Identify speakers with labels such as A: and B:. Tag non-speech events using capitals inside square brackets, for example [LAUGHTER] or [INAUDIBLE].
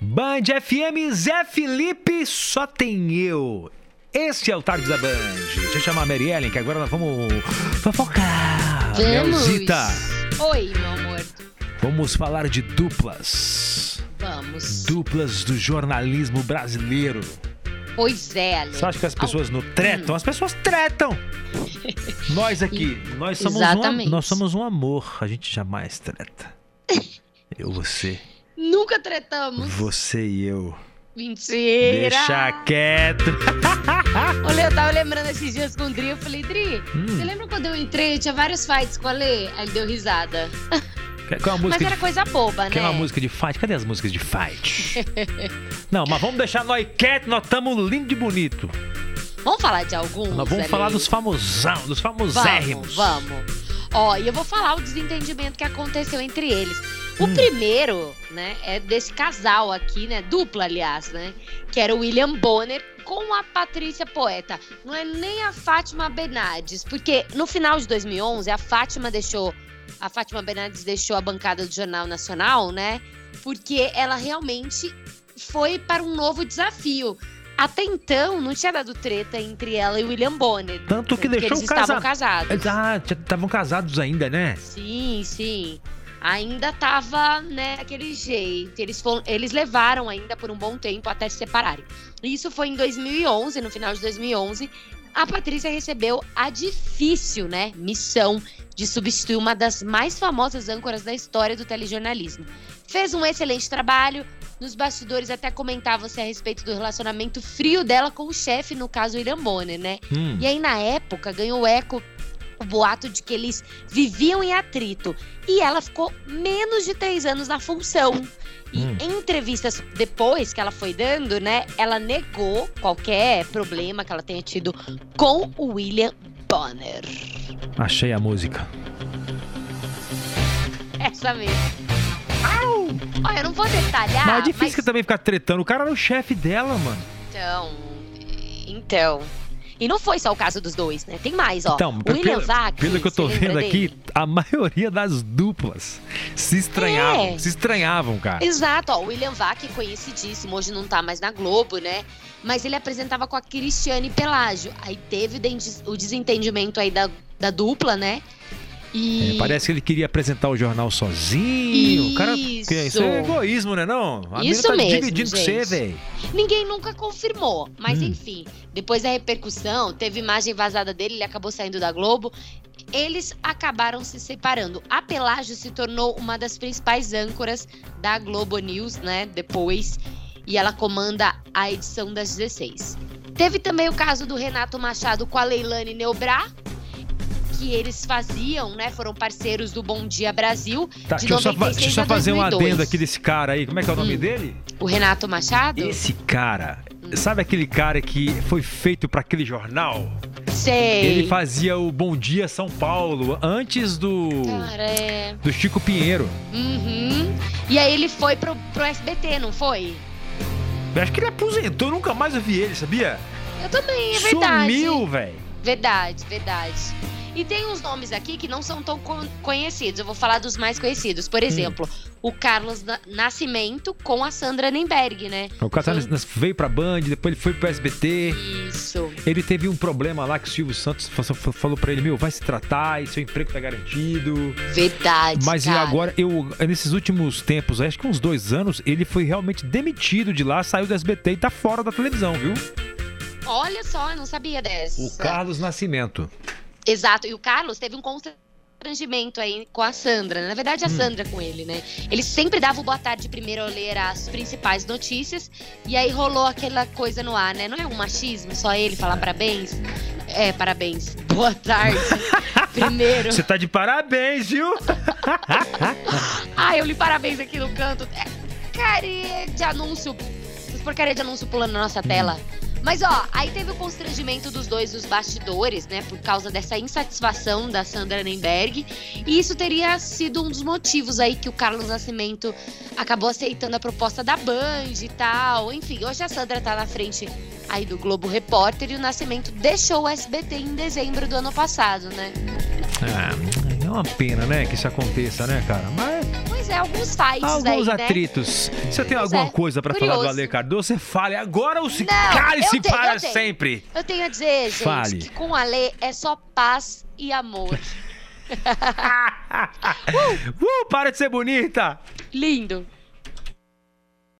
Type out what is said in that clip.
A: Band FM, Zé Felipe, só tem eu. Este é o Tarde da Band. Deixa eu chamar a Mary Ellen, que agora nós vamos fofocar. Melzita,
B: Oi, meu amor.
A: vamos falar de duplas.
B: Vamos.
A: Duplas do jornalismo brasileiro.
B: Pois é, Ale.
A: Você acha que as pessoas não tretam? As pessoas tretam! Nós aqui, nós somos, um,
B: Exatamente.
A: nós somos um amor. A gente jamais treta. Eu, você,
B: Nunca tretamos.
A: você e eu.
B: Mentira.
A: Deixa quieto. [LAUGHS]
B: Olha, eu tava lembrando esses dias com o Dri, eu falei, Dri,
A: Hum.
B: você lembra quando eu entrei, eu tinha vários fights com a Lê? Aí ele deu risada.
A: Quer, quer uma
B: Mas
A: música
B: era
A: de,
B: coisa boba, né?
A: quer uma música de fight? Cadê as músicas de
B: [LAUGHS]
A: fight? não, mas vamos deixar nós quieto, nós estamos lindo e bonito.
B: Vamos falar de alguns,
A: Nós vamos
B: Ale?
A: falar dos famosão, dos
B: Vamos,
A: famosérrimos.
B: vamos. Ó, e eu vou falar o desentendimento que aconteceu entre eles. O
A: Hum.
B: primeiro, né, é desse casal aqui, né, dupla, aliás, né, que era o William Bonner com a Patrícia Poeta. Não é nem a Fátima Bernardes, porque no final de 2011, a Fátima deixou, a Fátima Bernardes deixou a bancada do Jornal Nacional, né, porque ela realmente foi para um novo desafio. Até então, não tinha dado treta entre ela e o William Bonner.
A: Tanto que
B: Porque
A: deixou
B: eles
A: o casal-
B: estavam casados.
A: Eles- Ah, estavam casados ainda, né?
B: Sim, sim. Ainda tava, né, aquele jeito. Eles, foram, eles levaram ainda por um bom tempo até se separarem. Isso foi em 2011, no final de 2011. A Patrícia recebeu a difícil, né, missão de substituir uma das mais famosas âncoras da história do telejornalismo. Fez um excelente trabalho. Nos bastidores até comentava-se a respeito do relacionamento frio dela com o chefe, no caso, o Irã Bonner, né?
A: Hum.
B: E aí, na época, ganhou eco o boato de que eles viviam em atrito. E ela ficou menos de três anos na função. E
A: Hum.
B: em entrevistas depois que ela foi dando, né, ela negou qualquer problema que ela tenha tido com o William Bonner.
A: Achei a música.
B: Essa mesmo. Olha, eu não vou detalhar.
A: mas é difícil que também ficar tretando. O cara era o chefe dela, mano.
B: Então, então. E não foi só o caso dos dois, né? Tem mais, ó.
A: Então,
B: O William
A: pelo,
B: Vac,
A: pelo que eu tô
B: você lembra
A: vendo aqui,
B: dele?
A: a maioria das duplas se estranhavam.
B: É.
A: Se estranhavam, cara.
B: Exato, ó, o William Vac, conhecidíssimo, hoje não tá mais na Globo, né? Mas ele apresentava com a Cristiane Pelágio. Aí teve den- o desentendimento aí da, da dupla, né? E.
A: É, parece que ele queria apresentar o jornal sozinho. O cara. que é Isso é
B: Isso.
A: egoísmo, né? Não? A mina
B: Isso
A: tá
B: mesmo,
A: dividindo com você,
B: gente.
A: velho.
B: Ninguém nunca confirmou, mas
A: Hum.
B: enfim. Depois da repercussão, teve imagem vazada dele, ele acabou saindo da Globo. Eles acabaram se separando. A Pelágio se tornou uma das principais âncoras da Globo News, né? Depois. E ela comanda a edição das 16. Teve também o caso do Renato Machado com a Leilane Neubra, que eles faziam, né? Foram parceiros do Bom Dia Brasil.
A: Tá,
B: De
A: deixa eu só, fa-
B: 96
A: deixa eu só
B: a
A: fazer um
B: 2002.
A: adendo aqui desse cara aí. Como é que é o nome
B: Hum.
A: dele?
B: O Renato Machado?
A: Esse cara. Sabe aquele cara que foi feito pra aquele jornal?
B: Sei.
A: Ele fazia o Bom Dia São Paulo antes do.
B: Cara, é.
A: Do Chico Pinheiro.
B: Uhum. E aí ele foi pro, pro SBT, não foi?
A: Eu acho que ele aposentou, nunca mais eu vi ele, sabia?
B: Eu também, é verdade.
A: Sumiu, velho.
B: Verdade, verdade. E tem uns nomes aqui que não são tão con- conhecidos. Eu vou falar dos mais conhecidos.
A: Hum.
B: Por exemplo, o Carlos Na- Nascimento com a Sandra Nemberg, né?
A: O cara tá
B: Sim.
A: nas- nas- veio pra Band, depois ele foi pro SBT.
B: Isso.
A: Ele teve um problema lá que o Silvio Santos fa- fa- falou pra ele, meu, vai se tratar e seu emprego tá garantido.
B: Verdade.
A: Mas e
B: cara.
A: agora, eu, nesses últimos tempos, acho que uns dois anos, ele foi realmente demitido de lá, saiu do SBT e tá fora da televisão, viu?
B: Olha só, eu não sabia dessa.
A: O Carlos Nascimento.
B: Exato. E o Carlos teve um constrangimento aí com a Sandra. né? Na verdade, a
A: Hum.
B: Sandra com ele, né? Ele sempre dava o boa tarde primeiro ao ler as principais notícias. E aí rolou aquela coisa no ar, né? Não é um machismo só ele falar parabéns? É, parabéns. Boa tarde. primeiro.
A: Você tá de parabéns, viu?
B: Ah, eu li parabéns aqui no canto. É, carinha de anúncio. Essas porcaria de anúncio pulando na nossa tela. Mas ó, aí teve o constrangimento dos dois nos bastidores, né? Por causa dessa insatisfação da Sandra Nemberg. E isso teria sido um dos motivos aí que o Carlos Nascimento acabou aceitando a proposta da Band e tal. Enfim, hoje a Sandra tá na frente aí do Globo Repórter e o Nascimento deixou o SBT em dezembro do ano passado, né?
A: é Ah, é uma pena, né, que isso aconteça, né, cara? Mas
B: Pois alguns, alguns fights
A: Alguns
B: aí, né?
A: atritos. Se eu tenho
B: Pois
A: alguma
B: é,
A: coisa pra falar do
B: curioso.
A: Ale Cardoso, você fale agora ou se
B: Não,
A: cale-se
B: eu tenho,
A: para
B: eu tenho.
A: sempre.
B: Eu tenho a dizer, gente,
A: Fale.
B: que com a Lê é só paz e amor.
A: uh, para de ser bonita.
B: Lindo.